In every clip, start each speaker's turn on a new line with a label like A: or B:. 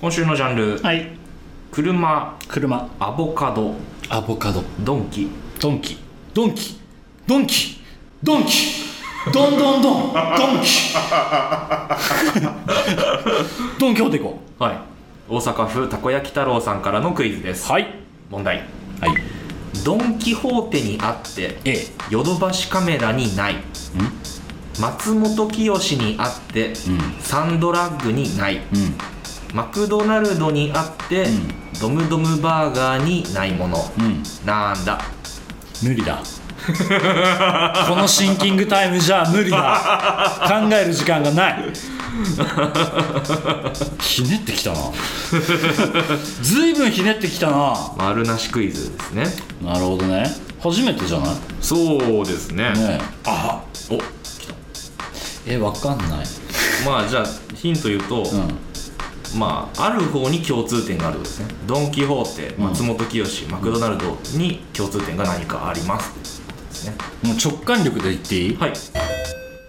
A: 今週のジャンル
B: はい
A: 車
B: 車
A: アボカド
B: アボカド
A: ドンキ
B: ドンキドンキドンキドンキドンドンドンドンキドンキホーテ行こ
A: はい大阪府たこ焼き太郎さんからのクイズです、
B: うはい
A: 問題
B: はい
A: ドン・キホーテにあって
B: ええ
A: ヨドバシカメラにない松本清にあって、サンドラッグにない、
B: うん
A: マクドナルドにあって、ドムドムバーガーにないもの、
B: ん
A: なんだ
B: 無理だこのシンキングタイムじゃ無理だ考える時間がないひねってきたなずいぶんひねってきたな
A: 丸なしクイズですね
B: なるほどね初めてじゃない
A: そうですね
B: ね
A: あお
B: ええわかんない
A: まあじゃあヒント言うと、
B: うん
A: まあ、ある方に共通点があるってことですねドン・キホーテ松本清、マクドナルドに共通点が何かありますですね
B: もう直感力で言っていい
A: はい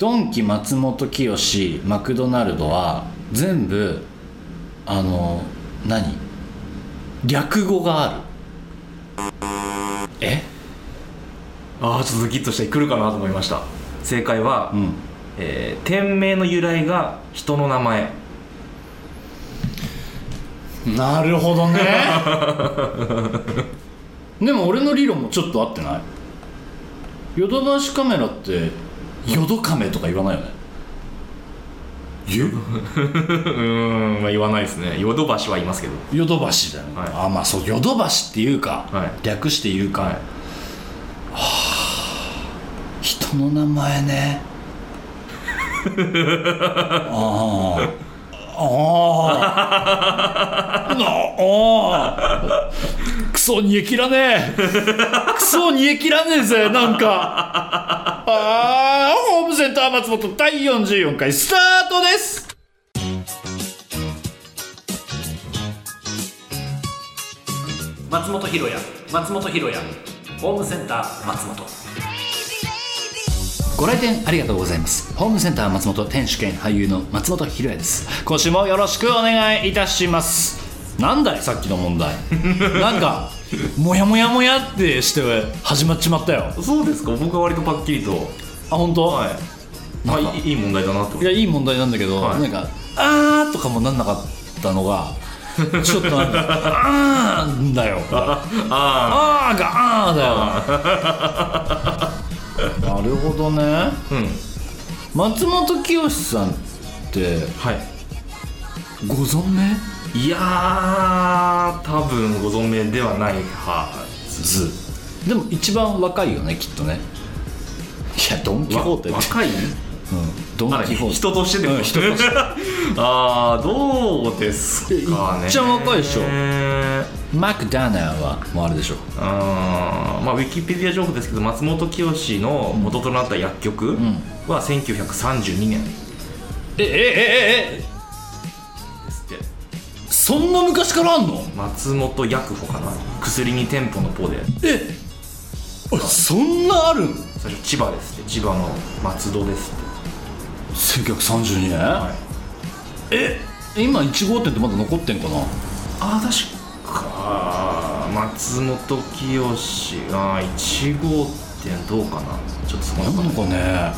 B: ドンキ松本清マクドナルドは全部あの何略語があるえ
A: ああちょっとドキッとしてくるかなと思いました正解は、
B: うん
A: えー店名の由来が人の名前
B: なるほどね でも俺の理論もちょっと合ってないヨドバシカメラってヨドカメとか言わないよね言う
A: うーん、まあ、言わないですねヨドバシは言いますけど
B: ヨドバシだよね、
A: はい
B: あまあそうヨドバシっていうか、
A: はい
B: 略して言うか、
A: はい
B: はあ人の名前 ねああああなああクソ煮え切らねえクソ煮え切らねえぜなんかああホームセンター松本第44回スタートです
C: 松本ひろや松本ひろやホームセンター松本
B: ご来店ありがとうございますホームセンター松本店主兼俳優の松本ひろやです今週もよろしくお願いいたしますなんだいさっきの 問題なんかモヤモヤモヤってして始まっちまったよあ
A: そうですか僕は割とパッキリと
B: 本当、
A: はいまあいいいい問題だなと
B: い、やいい問題なんだけど、
A: はい
B: なんか「あー」とかもなんなかったのがちょっとなんか「あー」ん だよ「
A: あ
B: あー」が「あー」 だよなるほどね
A: あうん
B: 松本清さんって
A: はい
B: ご存命
A: いやー多分ご存命ではないは
B: ずでも一番若いよねきっとねいやドン・キ
A: わ
B: ホーテって
A: 若い
B: うんド
A: ま
B: ン・
A: だ
B: キホーテ
A: 人としてでも、
B: うん人として
A: ああどうですかね
B: いっちゃ若いでしょ
A: うーん
B: マクダーナーはもうあれでしょ
A: まあウィキペディア情報ですけど松本清の元となった薬局は1932年
B: えええええ
A: ですって
B: そんな昔からあんの
A: 松本薬保かな薬に店舗のポで
B: えあそんなあるん
A: 最初千葉ですって千葉の松戸ですって
B: 1932
A: い
B: 年、え今1号店ってまだ残ってんかな
A: ああ確か松本清が1号店どうかなちょっとそこ
B: な
A: の
B: んかね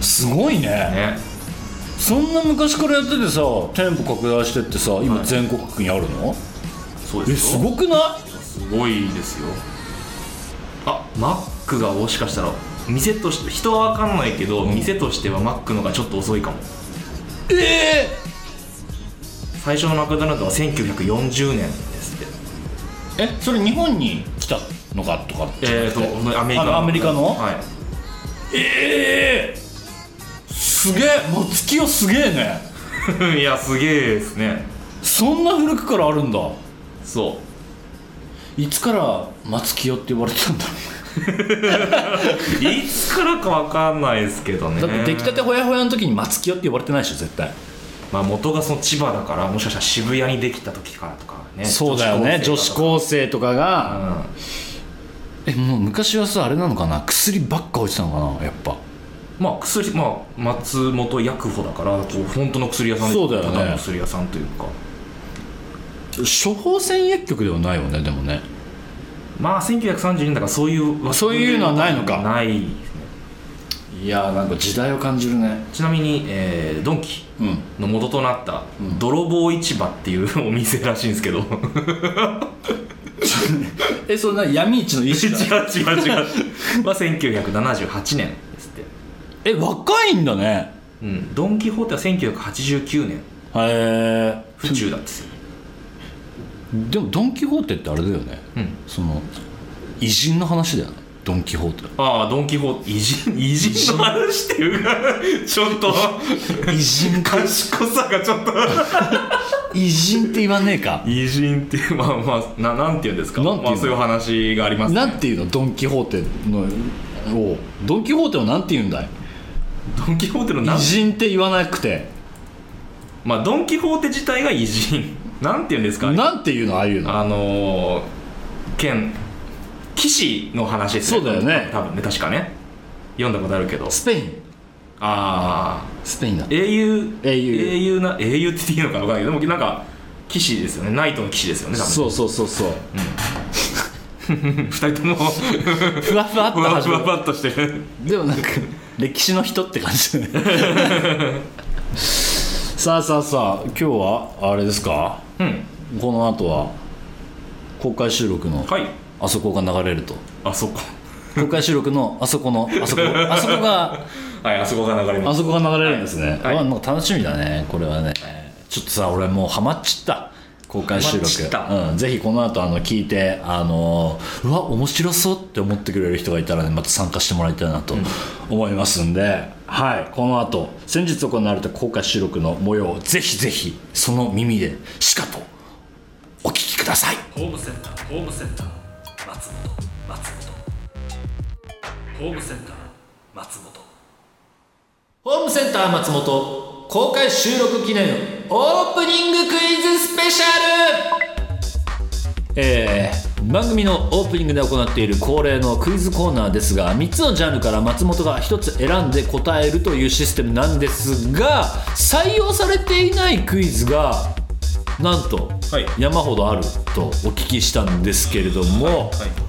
B: すごいね
A: ね
B: そんな昔からやっててさ店舗拡大してってさ今全国区にあるの、
A: そう
B: え
A: です
B: す
A: よ
B: ごくない
A: すごいですよあマックがもしかしたら店として人は分かんないけど、店としてはマックのがちょっと遅いかも
B: ええ
A: 最初のマクドナルドは1940年ですって
B: えそれ日本に来たのかとかって
A: えっ、ー、とアメリカの
B: あアメリカの
A: はい
B: ええすげえ松清すげえね
A: い やすげえですね
B: そんな古くからあるんだ
A: そ
B: いつから松清って言われてたんだろ
A: ういつからか分かんないですけどね
B: うねだって出来たてほやほやの時に松清って呼ばれてないでしょ絶対
A: まあ元がその千葉だからもしかしたら渋谷にできた時からとかね
B: そうだよね女子高生とか
A: 生
B: が、
A: が
B: えもう昔はさあれなのかな薬ばっか置いてたのかなやっぱ
A: うまあ薬、まあ、松本薬保だからこう本当の薬屋さん
B: そうだよね
A: ただの薬屋さんというか
B: 処方箋薬局ではないよねでもね
A: まあ1930年だからそういう
B: そういうのはないのか
A: ないですね
B: いやーなんか時代を感じるね
A: ちなみに、えードンキ
B: うん
A: の元となった泥棒市場っていう お店らしいんです けど違う
B: えそれな闇市の意
A: 違う違
B: 識
A: う まあ1978年ですって、
B: え若いんだね
A: うん、ドン・キホーテは1989年
B: へえ
A: 府中だっつよ
B: でもドン・キホーテってあれだよね、
A: うん
B: その偉人の話だよねドン・キホーテ
A: ああドン・キホーテ偉人偉人の話っていうかちょっ と
B: 偉人か
A: 賢さがちょっと
B: 偉人って言わねえか
A: 偉人ってまあまあななんて言うんですか
B: なんて言うの
A: まあ、そういう話がありますね
B: なんていうのドン・キホーテのをドン・キホーテをなんて言うんだい
A: ドン・キホーテのな
B: 偉
A: ん
B: 人って言わなくて
A: まあドン・キホーテ自体が偉人なんて言うんですか
B: なんて言うのああいうの
A: あのー、剣騎士の話です
B: そうだよね
A: 多分ね確かね読んだことあるけど
B: スペイン
A: ああ
B: スペインだ
A: 英雄
B: 英雄
A: 英雄な英雄って言っていいのか分かんないけどでもなんか騎士ですよねナイトの騎士ですよね多 分
B: そうそうそうそう
A: 2人とも
B: ふわふわっ
A: ふ
B: と
A: わ
B: 始
A: ふ
B: ま
A: わ
B: る
A: ふわっとしてる
B: でもなんか歴史の人って感じだね さあさあさあ今日はあれですか
A: うん
B: この後は公開収録の
A: はい
B: あそこが流れると
A: あそこ
B: 公開収録のあそこのあそこあそこが
A: はいあそこが流れま
B: あ
A: す
B: そこが流れるんですね、
A: はい
B: あなんか楽しみだねこれはねちょっとさ俺もうハマっちった公開収
A: ハ
B: 録
A: マっちった
B: うん、ぜひこの後あの聞いてあのうわ面白そうって思ってくれる人がいたらねまた参加してもらいたいなと思いますんで、はいこの後先日行われた公開収録の模様をぜひぜひその耳でしかとお聞きください
C: ホームセンターホームセンター松本松本ホームセンター松本
B: ホームセンター松本公開収録記念オープニングクイズスペシャルえー番組のオープニングで行っている恒例のクイズコーナーですが3つのジャンルから松本が1つ選んで答えるというシステムなんですが採用されていないクイズがなんと
A: はい
B: 山ほどあるとお聞きしたんですけれども、
A: はい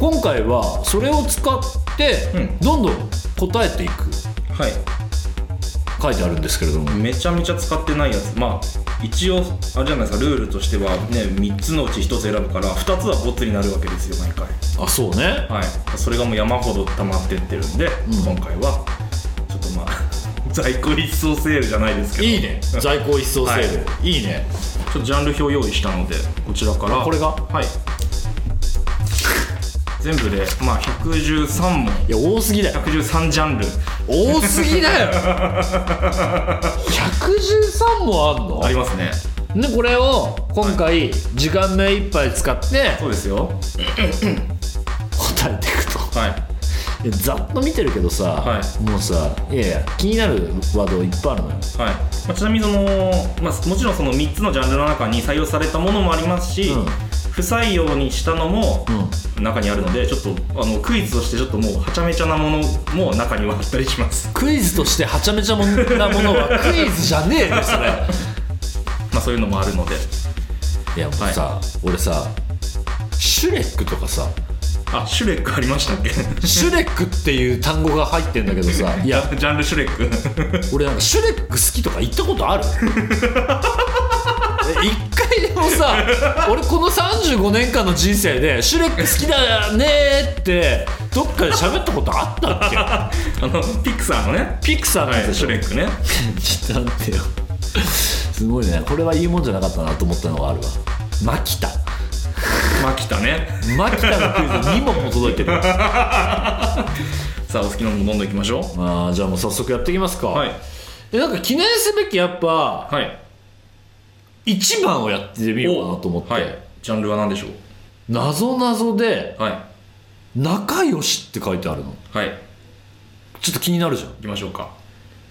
B: 今回はそれを使って
A: うん
B: どんどん答えていく
A: はい
B: 書いてあるんですけれども
A: めちゃめちゃ使ってないやつまあ一応あれじゃないですかルールとしてはね3つのうち1つ選ぶから2つはボツになるわけですよ毎回
B: あそうね
A: はいそれがもう山ほど溜まってってるんで、今回はちょっとまあ 在庫一掃セールじゃないですけど
B: いいね
A: ちょっ
B: 在庫一掃セール、、
A: はい
B: いね
A: とジャンル表用意したのでこちらから
B: これが
A: はい全部でまあ113問
B: いや多すぎだよ
A: 113ジャンル
B: 多すぎだよ113もあんの
A: ありますね
B: でこれを今回時間目いっぱい使って
A: そうですよ
B: 答えていくと
A: はい
B: いやざっと見てるけどさ、
A: はい
B: もうさいやいや気になるワードいっぱいあるのよ
A: はいまあ、ちなみにその、まあ、もちろんその3つのジャンルの中に採用されたものもありますし、
B: うん
A: 不採用にしたのも中にあるので、ちょっとあのクイズとしてちょっともうはちゃめちゃなものも中にはあったりします
B: クイズとしてはちゃめちゃもんなものはクイズじゃねえよそれ
A: まあそういうのもあるので
B: いやもうさ、俺さシュレックとかさ
A: あシュレックありましたっけ
B: シュレックっていう単語が入ってんだけどさい
A: い
B: や
A: やジャンルシュレック
B: 俺なんかシュレック好きとか言ったことある え一回でもさ俺この35年間の人生でシュレック好きだねーってどっかで喋ったことあったっけ
A: あのピクサーのね
B: ピクサーの
A: は
B: やつ
A: い
B: でし
A: シ
B: ょ、
A: ュレックね
B: ちょっと待ってよすごいねこれは言うもんじゃなかったなと思ったのがあるわマキタ
A: まあ来たね
B: マキタのクイズ2問も届いて るよ
A: さあお好きなものどんどんいきましょう
B: あーじゃあもう早速やっていきますか、
A: はい
B: えなんか記念すべきやっぱ
A: はい
B: 1番をやってみようかなと思って、
A: はいジャンルは何でしょう
B: 謎謎で
A: はい
B: 「仲良し」って書いてあるの
A: はい
B: ちょっと気になるじゃん
A: いきましょうか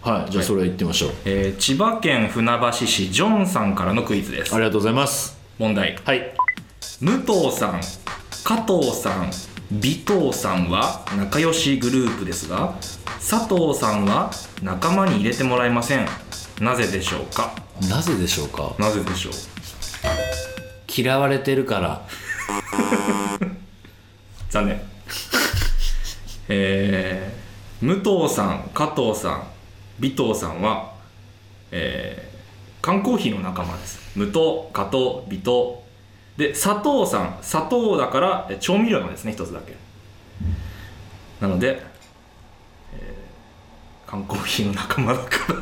B: はいじゃあそれ行ってみましょう、
A: えー千葉県船橋市ジョンさんからのクイズです
B: ありがとうございます
A: 問題
B: はい
A: 武藤さん加藤さん尾藤さんは仲良しグループですが佐藤さんは仲間に入れてもらえませんなぜでしょうか
B: なぜでしょうか
A: なぜでしょう
B: 嫌われてるから
A: 残念 えー、武藤さん加藤さん尾藤さんはえー、缶コーヒーの仲間です武藤加藤尾藤で砂糖さん砂糖だからえー調味料なんですね一つだけなので、えー、缶コーヒーの仲間だから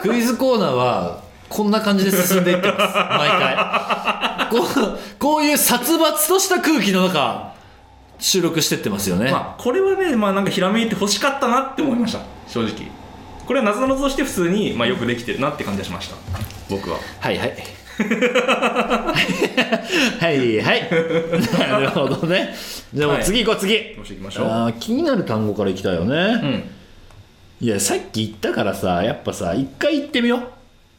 B: クイズコーナーはこんな感じで進んでいって ます毎回こうこういう殺伐とした空気の中収録してってますよね、
A: まあ、これはね、まあ、なんかひらめいて欲しかったなって思いました正直これはなぞなぞとして普通に、まあ、よくできてるなって感じがしました僕は
B: はいはい はいはいなるほどねじゃあもう次行こう次、
A: よし行きましょう
B: あー気になる単語からいきたいよね、
A: うん
B: いやさっき言ったからさやっぱさ一回言ってみよう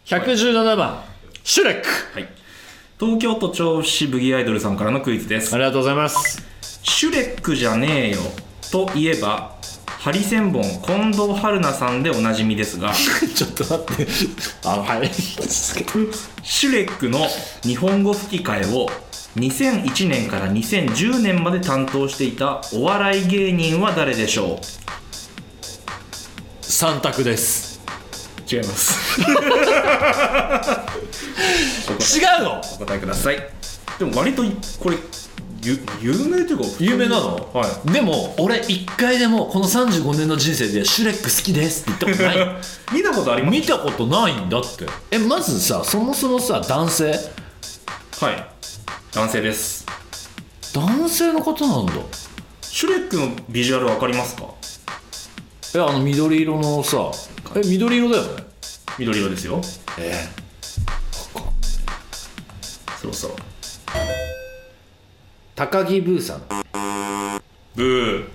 B: 117番シュレック
A: はい東京都調布市ブギアイドルさんからのクイズです
B: ありがとうござ います
A: シュレックじゃねえよといえばハリセンボン近藤春菜さんでおなじみですが
B: ちょっと待ってあはいは
A: シュレックの日本語吹き替えを2001年から2010年まで担当していたお笑い芸人は誰でしょう
B: 3択です
A: 違います
B: 違うの
A: お答えくださいでも割とこれゆ有名というか
B: 有名なの
A: はい
B: でも俺一回でもこの35年の人生で「シュレック好きです」って言ったことない
A: 見たことあり ま
B: 見たことないんだってえまずさそもそもさ男性
A: すはい男性です
B: 男性の方なんだ
A: シュレックのビジュアルわかりますか
B: えあの緑色のさえ緑色だよね
A: 緑色ですよ
B: え
A: そろそろ
B: 高木ブーさん
A: ブ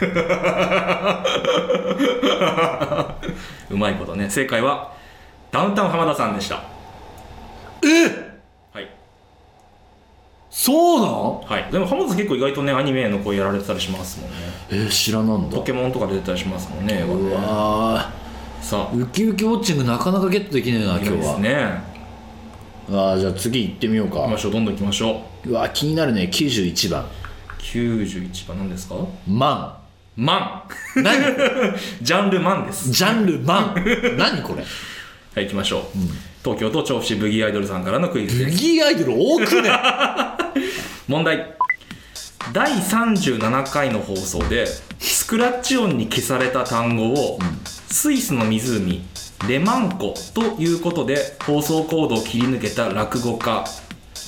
A: ー うまいことね正解はダウンタウン浜田さんでしたえはい
B: そうなん
A: はいでも浜田さん結構意外とねアニメの声やられてたりしますもんね
B: え知らなんだ
A: ポケモンとか出てたりしますもんね映画
B: う
A: ね
B: わ
A: さあ
B: ーウキウキウォッチングなかなかゲットできねえな今日
A: 今日です
B: は、
A: ね
B: ああじゃあ次行ってみようか
A: 行きましょうどんどん行きましょう
B: うわー気になるね91番
A: 91番何ですか
B: マ
A: マ
B: ン何
A: ンジャンルマンです
B: ジャンルマン何こ
A: は
B: れ
A: い行きましょう、東京都調布市ブギーアイドルさんからのクイズです
B: ブギーアイドル多くね
A: 問題第37回の放送でスクラッチ音に消された単語を、スイスの湖レマンコということで放送コードを切り抜けた落語家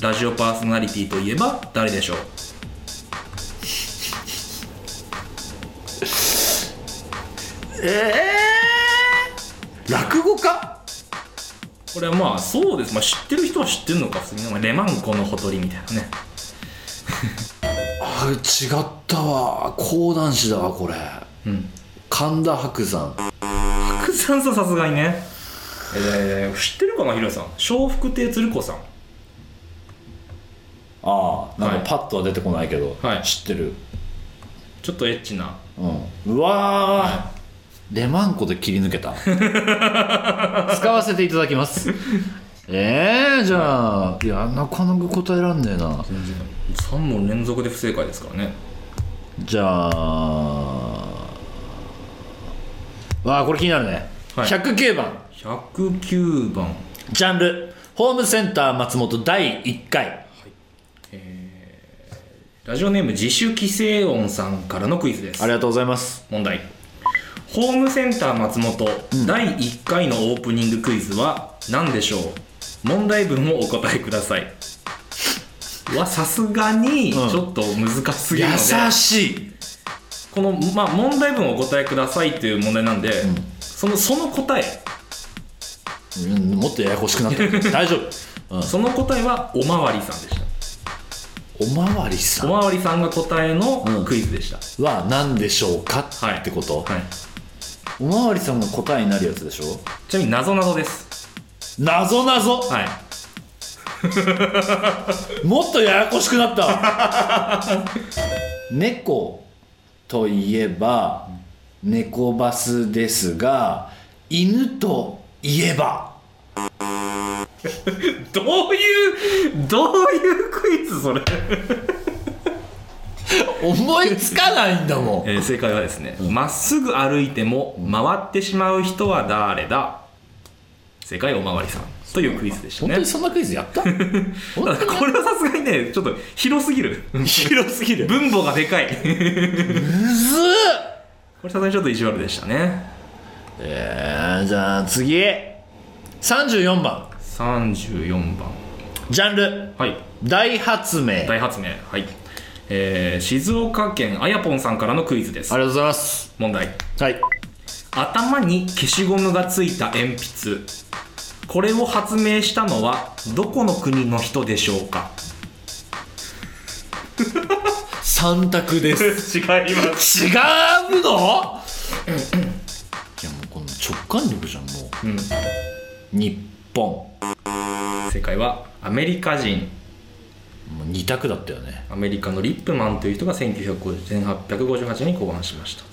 A: ラジオパーソナリティといえば誰でしょう
B: ええ落語家
A: これはまあそうです、まあ、知ってる人は知ってるのか普通に、まあレマンコのほとりみたいなね
B: あれ違ったわ講談師だわこれ
A: うん
B: 神田伯山
A: 白山さんさすがにねえー、知ってるかなヒロさん笑福亭鶴子さん
B: ああなん
A: はい
B: かパッとは出てこないけど、
A: はい
B: 知ってる
A: ちょっとエッチな
B: うん、うわー、レマンコで切り抜 けた使わせていただきます えー、じゃあいやなかなか答えらんねえな
A: 3問連続で不正解ですからね
B: じゃあわあこれ気になるね、
A: はい
B: 109番
A: 109番
B: ジャンルホームセンター松本第1回
A: ラジオネーム自主規制音さんからのクイズです
B: ありがとうございます
A: 問題ホームセンター松本、第1回のオープニングクイズは何でしょう問題文をお答えくださいうわさすがにち
B: うん
A: ょっと難しすぎ
B: 優
A: るので、
B: しい
A: この、まあ、問題文をお答えくださいという問題なんで、そのその答え
B: うんもっとややこしくなってる大丈夫、うん、
A: その答えはおまわりさんでし
B: おまわりさ
A: たお
B: ん
A: まわりさんが答え
B: う
A: の
B: ん
A: クイズでした、
B: は何でしょうか
A: はい
B: ってこと、
A: はい、
B: おまわりさんが答えになるやつでしょ
A: ちなみになぞなぞです
B: なぞなぞ
A: はい
B: もっとややこしくなったわ猫といえば猫バスですが犬といえば
A: どういうどういうクイズそれ、
B: 思いつかないんだもん
A: えー正解はです ねま、っすぐ歩いても回ってしまう人は誰だ正解おまわりさんというクイズでした
B: 本
A: ね
B: 当にそんなクイズ やった本
A: た
B: 当
A: だ
B: に
A: これはさすがにねちょっと広すぎる
B: 広すぎる
A: 分母がでかいこ
B: むずっ
A: れさすがにちょっと意地悪でしたね
B: えー、じゃあ次34番
A: 34番
B: ジャンル
A: はい
B: 大発明ありが
A: 大発明はいえー、静岡県あやぽんさんからのクイズです
B: とうございます
A: 問題
B: はい
A: 頭に消しゴムがついた鉛筆これを発明したのはどこの国の人でしょうか
B: 3択です
A: 違います
B: 違うのいやもうこの直感力じゃんもう、日本も
A: 正解はアメリカ人
B: う2択だったよね
A: アメリカのリップマンという人が1858年に考案しました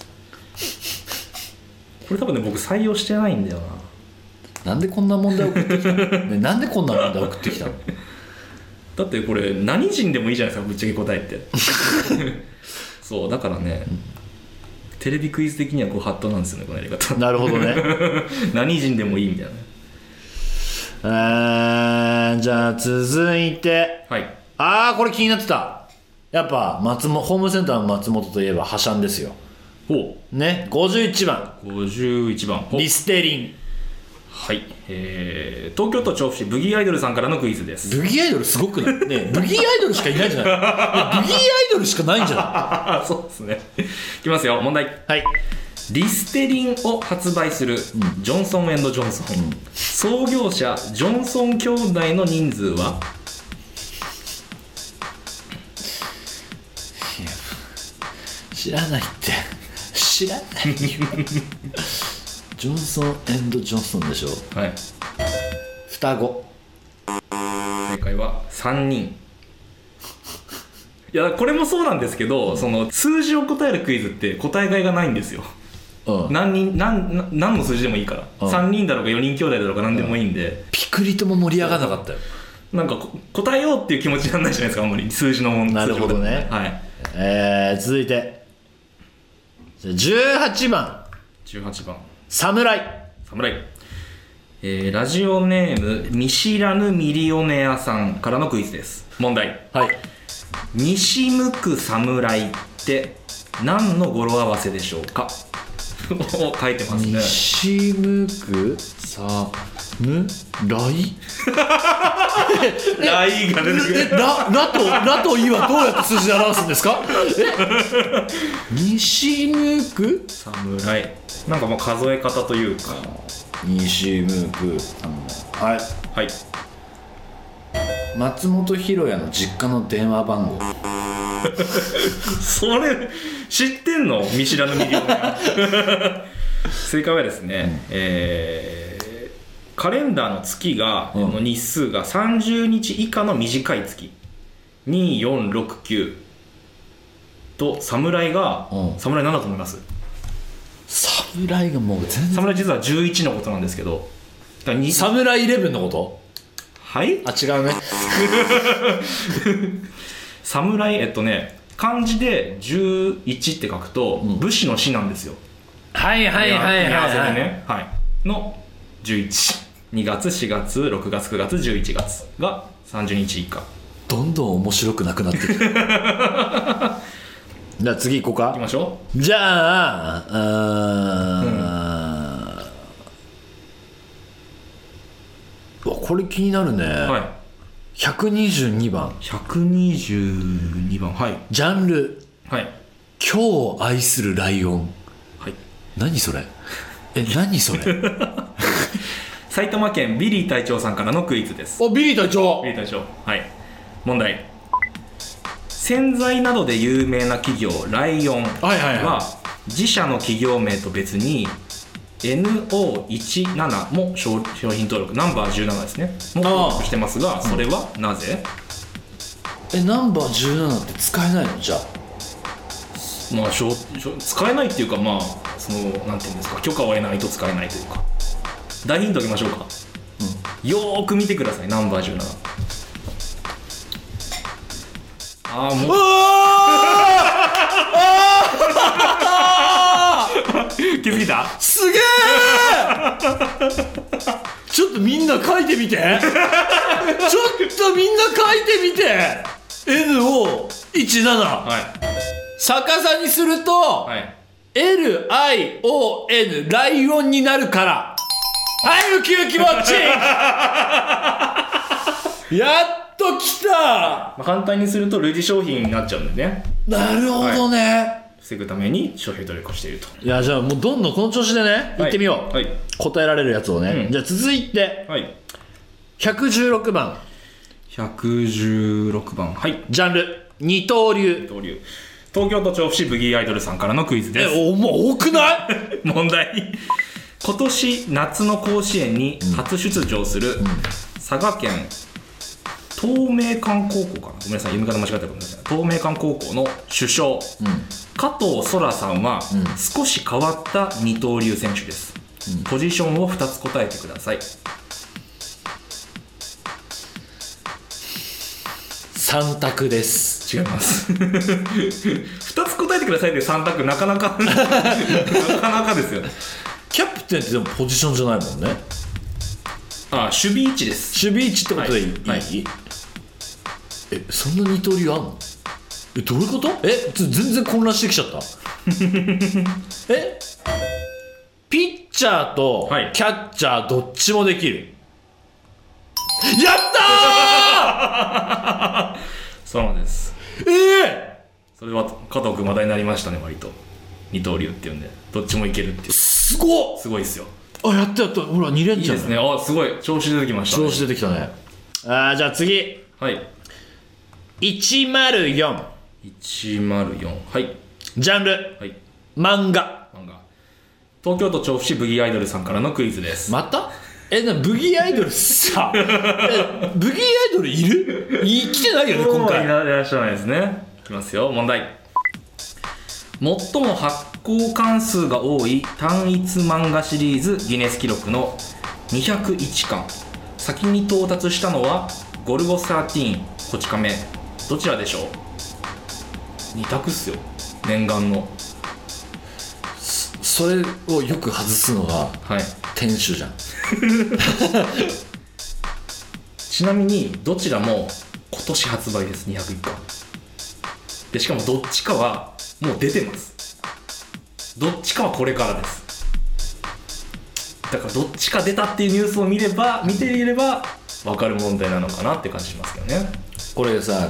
A: これ多分ね僕採用してないんだよな
B: なんでこんな問題送ってきた の、ね、なんでこんな問題送ってきたの
A: だってこれ何人でもいいじゃないですかぶっちゃけ答えって そうだからねテレビクイズ的にはこうハットなんですよねこのやり方
B: なるほどね
A: 何人でもいいみたいな
B: えーじゃあ続いて
A: はい
B: ああこれ気になってたやっぱ松本ホームセンターの松本といえば破シャンですよ
A: お
B: ね51番
A: 51番お
B: リステリン
A: はい、えー、東京都調布市ブギーアイドルさんからのクイズです
B: ブギーアイドルすごくないねえブギーアイドルしかいないんじゃ ない、ねえブギーアイドルしかないんじゃない
A: ああそうですねいきますよ問題
B: はい。
A: リステリンを発売するジョンソンジョンソン、創業者ジョンソン兄弟の人数は
B: 知らないって。知らないよ。ジョンソンジョンソンでしょ。
A: はい
B: 双子。
A: 正解は3人いやこれもそうなんですけどその数字を答えるクイズって答えがいがないんですよ
B: うん。
A: 何人何何何の数字でもいいから、
B: うん
A: 3人だろうか4人兄弟だろうか何でもいいんで、
B: ピクリとも盛り上がらなかったよ。
A: なんかこ答えようっていう気持ちにならないじゃないですかあんまり数字の問
B: なるほ
A: 数
B: どね
A: 字の問題はい
B: えー、続いて。じゃあ18番。
A: 18番
B: 侍。
A: 侍えー、ラジオネーム見知らぬミリオネアさんからのクイズです問題
B: はい。
A: 西向く侍って何の語呂合わせでしょう かお書いてますね
B: 西向くさむらい
A: ライが出てく
B: え、ら、らと、らといはどうやって数字で表すんですか え西向く
A: 侍なんかまあ数え方というか
B: 西向くあれ
A: はい
B: 松本博也の実家の電話番号
A: それ知ってんの見知らぬミリオネア 正解はですね、えーカレンダーの月が、
B: うん
A: の日数が30日以下の短い月2469と侍が、
B: うん
A: 侍何だと思います
B: 侍がもう全然
A: 侍実は11のことなんですけどだからに
B: 侍イレブンのこ
A: はい
B: とあ違うね
A: 侍えっとね漢字で11って書くと、
B: ん
A: 武士の士なんですよ
B: はいは
A: 組み合わせでね、はい、の112月4月6月9月11月が30日以下い
B: どんどん面白くなくなって きたじゃあ次行こう
A: き
B: か
A: ましょ
B: じゃああー、うわこれ気になるね、
A: うはい
B: 122番
A: 122番はい
B: ジャンル
A: はい
B: 「今日を愛するライオン
A: はい」
B: 何それえ何それ
A: 埼玉県ビリー隊長さんからのクイズです
B: おビリー隊長
A: ビリー隊長はい問題洗剤などで有名な企業ライオン
B: はいはいはい
A: は自社の企業名と別に NO17 も商商品登録ナンバー17ですねも
B: ああ
A: 登録してますがそれはなぜ、
B: えナンバー17って使えないのじゃあ
A: まあ、しょしょ使えないっていうかまあそのなんていうんですか許可を得ないと使えないというか大ヒントあげましょうか、よーく見てくださいナンバー17ああもう気づいた
B: すげえ ちょっとみんな書いて みてちょっとみんな書いてみて N を17、
A: はい
B: 逆さにすると、
A: はい
B: LION ライオンになるからはいウキウキウォッチ やっと来た
A: まあ、簡単にすると類似商品になっちゃうんでね
B: なるほどね、
A: 防ぐために商標取り越していると
B: い、やじゃあもうどんどんこの調子でね行ってみよう、
A: はい
B: 答えられるやつをね、
A: うん
B: じゃあ続いて
A: はい
B: 116番
A: 116番はい
B: ジャンル二刀流
A: 東流東京都調布市ブギーアイドルさんからのクイズで
B: え
A: す
B: おもう多くない
A: 問題今年夏の甲子園に初出場する佐賀県東明館高校かなごめんなさい読み方間違ってるかもしれない東明館高校の主将、加藤空さんは少し変わった二刀流選手です、ポジションを2つ答えてください
B: 三択です
A: 違います 2つ答えてくださいって3択なかなか なかなかですよね
B: キャプテンってでもポジションじゃないもんね
A: あ守備位置です
B: 守備位置ってことでいい,、
A: はい
B: えそんな二刀流あんのえどういうことえつ全然混乱してきちゃった えピッチャーと
A: はい
B: キャッチャーどっちもできる、やった
A: そうなんです
B: ーえ
A: それは加藤君話題になりましたね割と二刀流っていうんでどっちもいけるっていう
B: ー、すごっ
A: すごいですよ
B: あやったやったほら2連
A: いい
B: チャ
A: で
B: ン
A: すねあすごい調子出てきました、ね、
B: 調子出てきたねあーじゃあ次
A: はい
B: 104
A: 104はい
B: ジャンル
A: はい
B: 漫画
A: 漫画東京都調布市ブギーアイドルさんからのクイズです、
B: またえなブギーアイドル さえブギーアイドルいるい来てないよね今
A: い
B: 回
A: らいらっしゃらないですねいきますよ問題最も発行巻数が多い単一漫画シリーズギネス記録の201巻先に到達したのはゴルゴ13こち亀どちらでしょう二択っすよ念願の
B: それをよく外すのが
A: はい
B: 店主じゃん
A: ちなみにどちらも今年発売です201巻でしかもどっちかはもう出てますどっちかはこれからですだからどっちか出たっていうニュースを見れば見ていれば分かる問題なのかなって感じしますけどね
B: これさ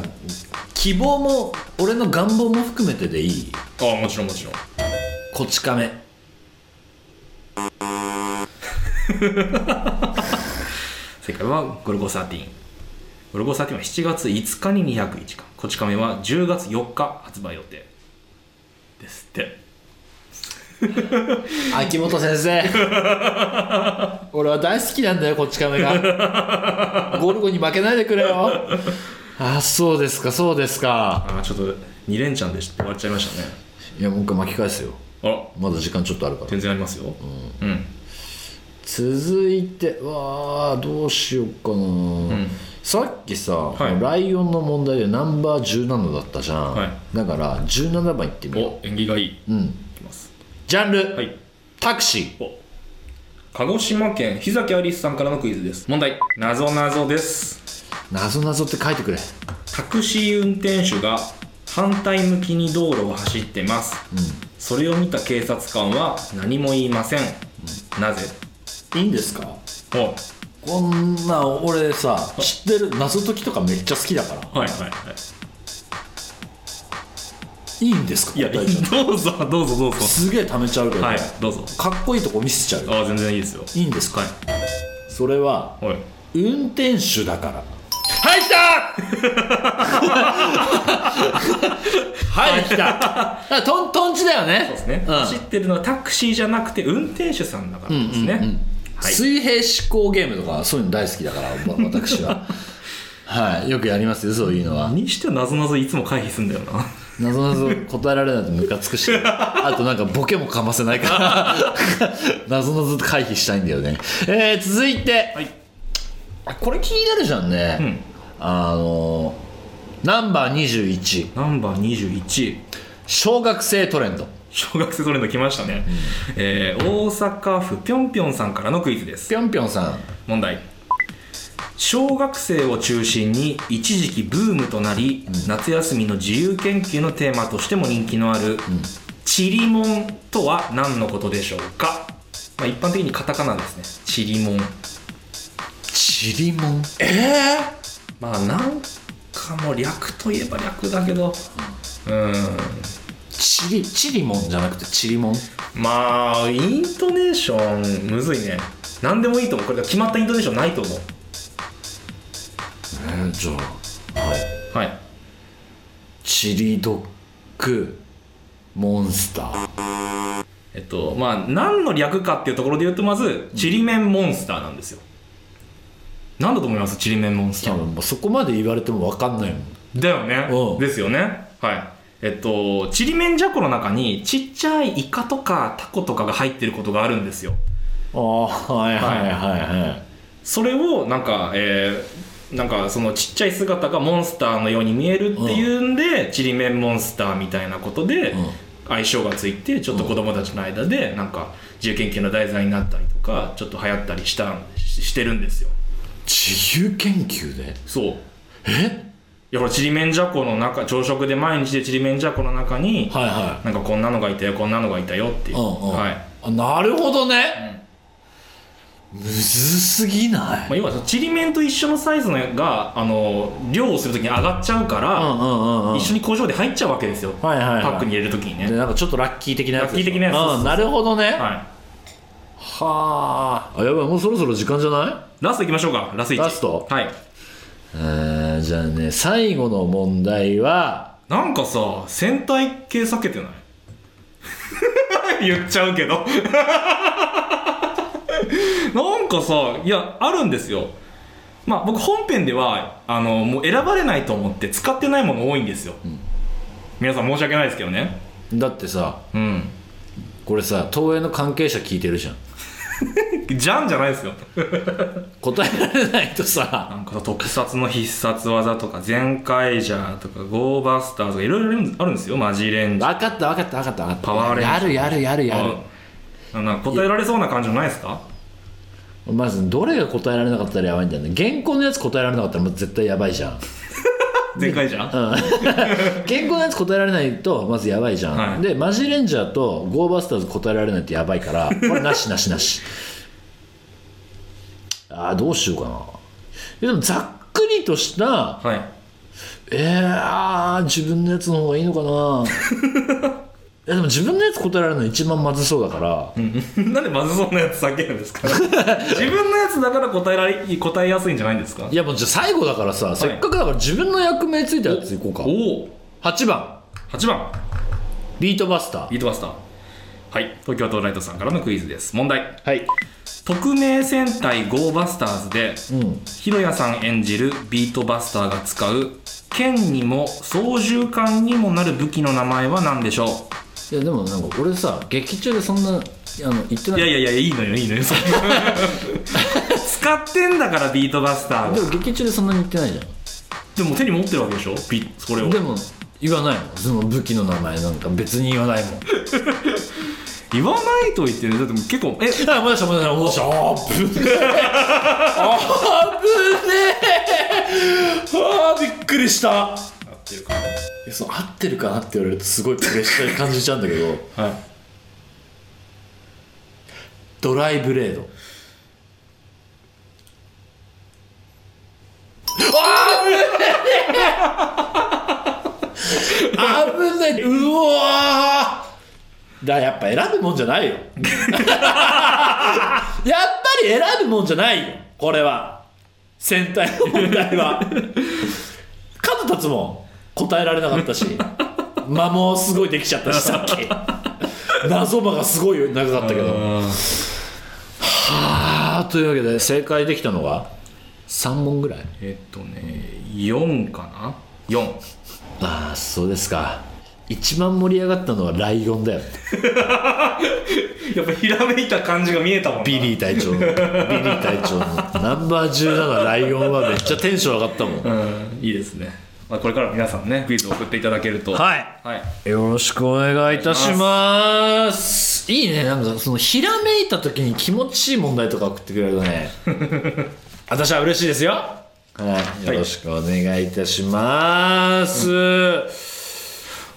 B: 希望も俺の願望も含めてでいい
A: ああもちろんもちろん
B: こち亀
A: 正解はゴルゴ13ゴルゴ13は7月5日に201巻こち亀は10月4日発売予定ですって
B: 秋元先生俺は大好きなんだよこっち亀がゴルゴに負けないでくれよあそうですかそうですか
A: ああちょっと2連チャンで終わっちゃいましたね
B: いやもう一回巻き返すよ
A: あら
B: まだ時間ちょっとあるから
A: 全然ありますようん、
B: 続いてわあどうしようかな、さっきさ、
A: い
B: ライオンの問題でナンバー17だったじゃん、
A: はい
B: だから17番いってみよ
A: お縁起がいい、
B: う、うん、
A: いきます
B: ジャンル、
A: はい
B: タクシー
A: お鹿児島県日崎アリスさんからのクイズです問題なぞなぞです
B: なぞなぞって書いてくれ
A: タクシー運転手が反対向きに道路を走ってます、それを見た警察官は何も言いません、なぜ
B: いいんですか
A: お
B: こんな俺さ知ってる謎解きとかめっちゃ好きだから
A: はいはいはい
B: いいんですか
A: いや
B: 答えちゃって
A: どうぞどうぞどうぞ
B: すげえためちゃうけど、
A: はいどうぞ
B: かっこいいとこ見せちゃうよ
A: ああ全然いいですよ
B: いいんですか、
A: はい
B: それは
A: おい
B: 運転手だから
A: はい来た
B: はい来ただからトントンチだよね
A: そうですね、
B: ん
A: 走ってるのはタクシーじゃなくて運転手さんだからですね、はい
B: 水平思考ゲームとかそういうの大好きだから、 ま私ははいよくやりますよそういうのは
A: にしてはなぞなぞいつも回避すんだよな
B: なぞなぞ答えられないとムカつ くしあとなんかボケもかませない からなぞなぞ回避したいんだよねえー、続いて、
A: はい
B: あこれ気になるじゃんね、
A: うん
B: あのナンバー21
A: ナンバー21
B: 小学生トレンド
A: 小学生トレンド来ましたね、えー大阪府ぴょんぴょんさんからのクイズです
B: ぴょんぴょんさん
A: 問題小学生を中心に一時期ブームとなり、夏休みの自由研究のテーマとしても人気のある、チリモンとは何のことでしょうか、まあ、一般的にカタカナですねチリモン
B: ちりもん
A: まあなんかもう略といえば略だけどうん
B: ちりちりもんじゃなくてちりもん
A: まあイントネーションむずいね何でもいいと思うこれが決まったイントネーションないと思う
B: えー、じゃあはい
A: はい
B: チリドッグモンスター
A: えっとまあ何の略かっていうところで言うとまずちりめんモンスターなんですよ何だと思いますちりめんモンスタ
B: 多
A: ー
B: 分もうそこまで言われても分かんないもん
A: だよね
B: うん
A: ですよねはいえっとちりめんじゃこの中にちっちゃいイカとかタコとかが入ってることがあるんですよ
B: ああはいはいはいはい
A: それをなんかえーなんかそのちっちゃい姿がモンスターのように見えるっていうんで、ちりめんモンスターみたいなことで
B: うん
A: 相性がついてちょっと子供たちの間でなんか自由研究の題材になったりとかちょっと流行ったりしたんししてるんですよ
B: 自由研究で
A: そう
B: え
A: いやほらちりめんじゃこの中朝食で毎日でちりめんじゃこの中に
B: はいは
A: なんかこんなのがいたよこんなのがいたよってい、
B: いううんうん、
A: はい
B: あなるほどね、むずすぎない、
A: まあ、要はそのちりめんと一緒のサイズのがあの漁をするときに上がっちゃうから、
B: うんうんうんうん
A: 一緒に工場で入っちゃうわけですよ、
B: はいはいはい
A: パックに入れるときに
B: で
A: ね
B: なんかちょっとラッキー的なやつ
A: ラッキー的なやつそうそう
B: あ
A: そ
B: あ
A: う
B: なるほどね、
A: は
B: はああやばいもうそろそろ時間じゃない
A: いラストいきましょうかラス1
B: ラスト
A: はい
B: えーじゃあね最後の問題は
A: なんかさ戦隊系避けてない 言っちゃうけどなんかさいやあるんですよまあ僕本編ではあのもう選ばれないと思って使ってないもの多いんですよ、皆さん申し訳ないですけどね
B: だってさ
A: うん
B: これさ東映の関係者聞いてるじゃん
A: じゃんじゃないですよ
B: 答えられないとさ
A: なんか特撮の必殺技とか全カイジャーとかゴーバスターとかいろいろあるんですよマジレン
B: 分
A: ジャー
B: かった分かった分かった分かった
A: パワーレンジャー
B: やるやるやるやる
A: あなんか答えられそうな感じのないですか
B: まずどれが答えられなかったらやばいんだよね原稿のやつ答えられなかったらもう絶対やばいじゃん
A: 全カイジャー
B: 原稿のやつ答えられないとまずやばいじゃん、
A: はい
B: でマジレンジャーとゴーバスターズ答えられないとやば いからこれなしなしなしあーどうしようかなえでもざっくりとした
A: はい
B: えー、あー自分のやつの方がいいのかな えでも自分のやつ答えられるの一番まずそうだから、
A: なんでまずそうなやつ避けるんですか自分のやつだから答えられ答えやすいんじゃないんですか
B: いやもうじゃあ最後だからさ、せっかくだから自分の役名ついたやついこうか
A: おお
B: 8番
A: 8番
B: ビートバスター
A: ビートバスターはい東京都ライトさんからのクイズです問題
B: はい
A: 匿名戦隊ゴーバスターズで、
B: うん
A: ひろやさん演じるビートバスターが使う剣にも操縦桿にもなる武器の名前は何でしょ
B: いやでもなんか俺さ劇中でそんなあの言って
A: う
B: ないい
A: やいやいやいいのよいいのよ それ使ってんだからビートバスター
B: で
A: が
B: も劇中でそんなに言ってない
A: で
B: じ
A: も手に持ってるわけでしょビそれ
B: ゃ
A: を
B: んでも言わないもんその武器の名前なんか別に言わないもん
A: 言わないと言ってねだってもう結構え
B: あ戻した戻した戻したあぶねえあぶねえあーびっくりしたえそう合ってるかなって言われるとすごいプレッシャーに感じちゃうんだけど
A: はい
B: ドライブレードあぶねえ危ないうわーだやっぱ選ぶもんじゃないよ やっぱり選ぶもんじゃないよこれは戦隊の問題は数立つもん答えられなかったし間もすごいできちゃったしさっき謎間がすごい長かったけどあーというわけで正解できたのが3問ぐらい
A: えっとね4かな4
B: ああそうですか一番盛り上がったのはライオンだよ
A: やっぱひらめいた感じが見えたもんな
B: ビリー隊長のビリー隊長のナンバー17ライオンはめっちゃテンション上がったもん
A: うんいいですね、まあ、これから皆さんねクイズ送っていただけるとい、
B: はい
A: はい、
B: よろしくお願いいたします。いいね、なんかそのひらめいた時に気持ちいい問題とか送ってくれるとね。私は嬉しいですよ。はい、よろしくお願いいたします。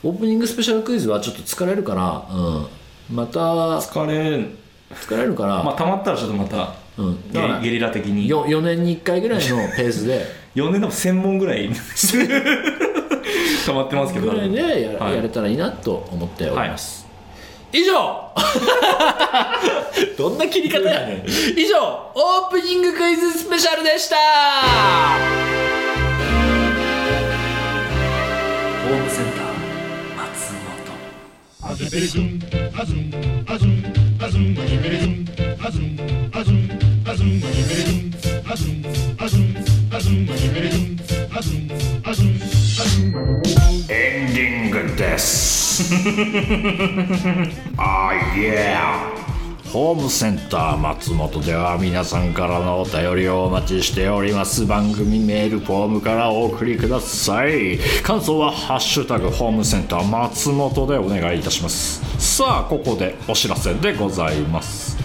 B: オープニングスペシャルクイズはちょっと疲れるから、うん、また
A: 疲れん
B: 疲れるから、
A: まあたまったらちょっとまた、
B: ん
A: ゲ
B: だから
A: リゲリラ的に
B: よ4年に1回ぐらいのペースで
A: 4年でも1000問ぐらい溜まってますけど
B: ぐらいでや,、
A: はい
B: やれたらいいなと思っており
A: はい
B: ます。以上どんな切り方やねん以上オープニングクイズスペシャルでした
C: ホームセンター松本
D: Azum, azum, azum, azum, azum, azum, azum, azum, azum, azum, azum, azum, azum, azum.
E: エンディングです。あいや。
B: ホームセンター松本では皆さんからのお便りをお待ちしております番組メールフォームからお送りください感想は「ハッシュタグホームセンター松本」でお願いいたしますさあここでお知らせでございます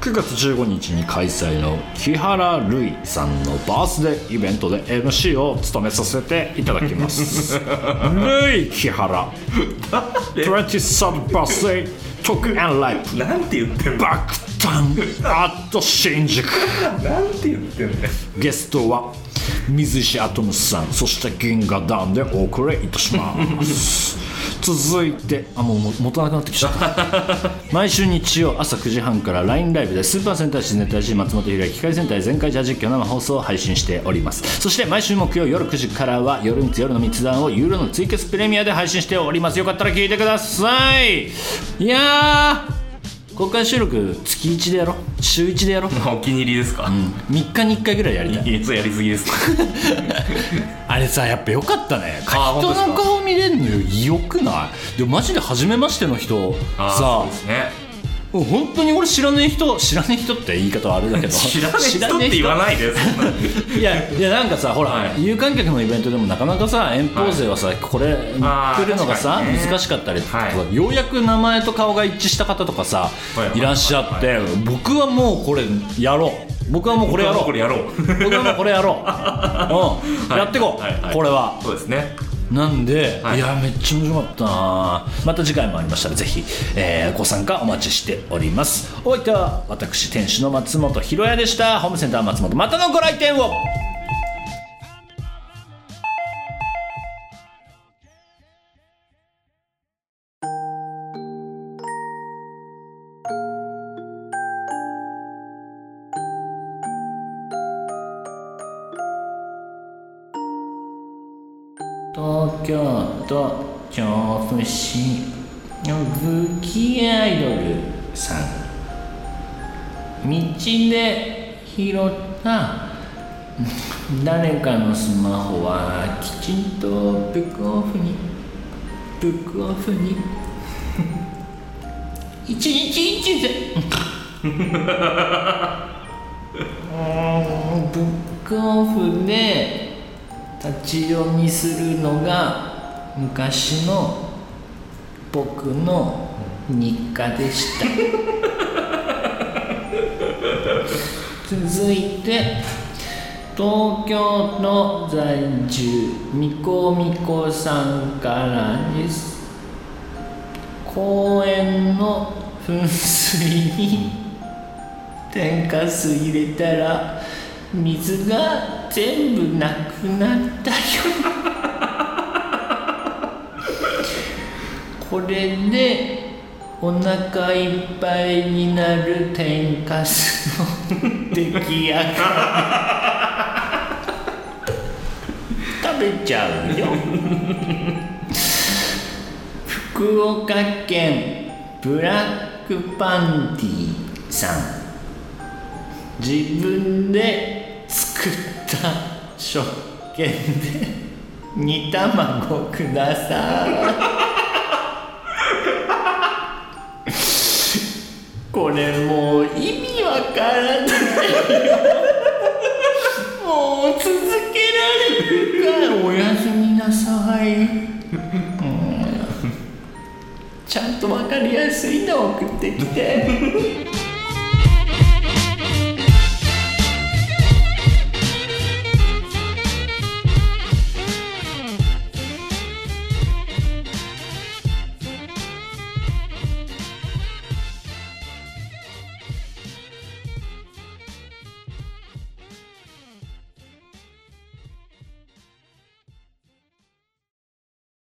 B: 9月15日に開催の木原るいさんのバースデーイベントで MC を務めさせていただきまするい木原 23rd birthday talk and live
A: なんて言ってんの
B: 爆誕アット新宿
A: なんて言ってんの
B: ゲストは水石アトムスさんそして銀河団でお送りいたします続いてあもうも持たなくなってきちゃった毎週日曜朝9時半から LINE ライブでスーパー戦隊自然隊師松本ひら機械戦隊全開ジャー実況生放送を配信しておりますそして毎週木曜夜9時からは夜に夜の密談をユーロのツイキャスプレミアで配信しておりますよかったら聞いてくださいいやー公開収録月1でやろう週1でやろう
A: お気に入りですか、
B: 3日に1回ぐらいやりたい
A: いやちょっとやりすぎですか
B: あれさやっぱよかったね
A: あー
B: 人
A: 本当で
B: の
A: すか
B: 顔見れるのよよくないでもマジで初めましての人さ
A: そうですね
B: もう本当に俺知らねえ人知らねえ人って言い方はあれだけ ど
A: 知らない人って言わないでそんな
B: いやいやなんかさほら、
A: はい
B: 有観客のイベントでもなかなかさ遠方勢はさ、これ
A: あー
B: 来るのがさ、
A: 確かにね
B: 難しかったりとか、
A: は
B: ようやく名前と顔が一致した方とかさ、
A: はいはい
B: い、らっしゃって、僕はもうこれやろう僕はもうこれやろう
A: これやろう
B: 僕はもうこれやろう、うん
A: はい
B: やってこう、
A: はいはい
B: これは
A: そうですね
B: なんで、
A: はい
B: い、やめっちゃ面白かったなまた次回もありましたらぜひ、えーご参加お待ちしておりますお相手は私店主の松本ひろやでしたホームセンター松本またのご来店を東京都調布市の武器アイドルさん道で拾った誰かのスマホはきちんとブックオフにブックオフに 一日一で うんブックオフで立ち読みするのが昔の僕の日課でした続いて東京の在住みこみこさんからです公園の噴水に天かす入れたら水が全部なくなったよこれでお腹いっぱいになる天かすの出来上がり 食べちゃうよ福岡県ブラックパンティさん自分で作った食券で煮卵ください
F: これもう意味わからないよもう続けられるかおやすみなさいうんちゃんとわかりやすいの送ってきて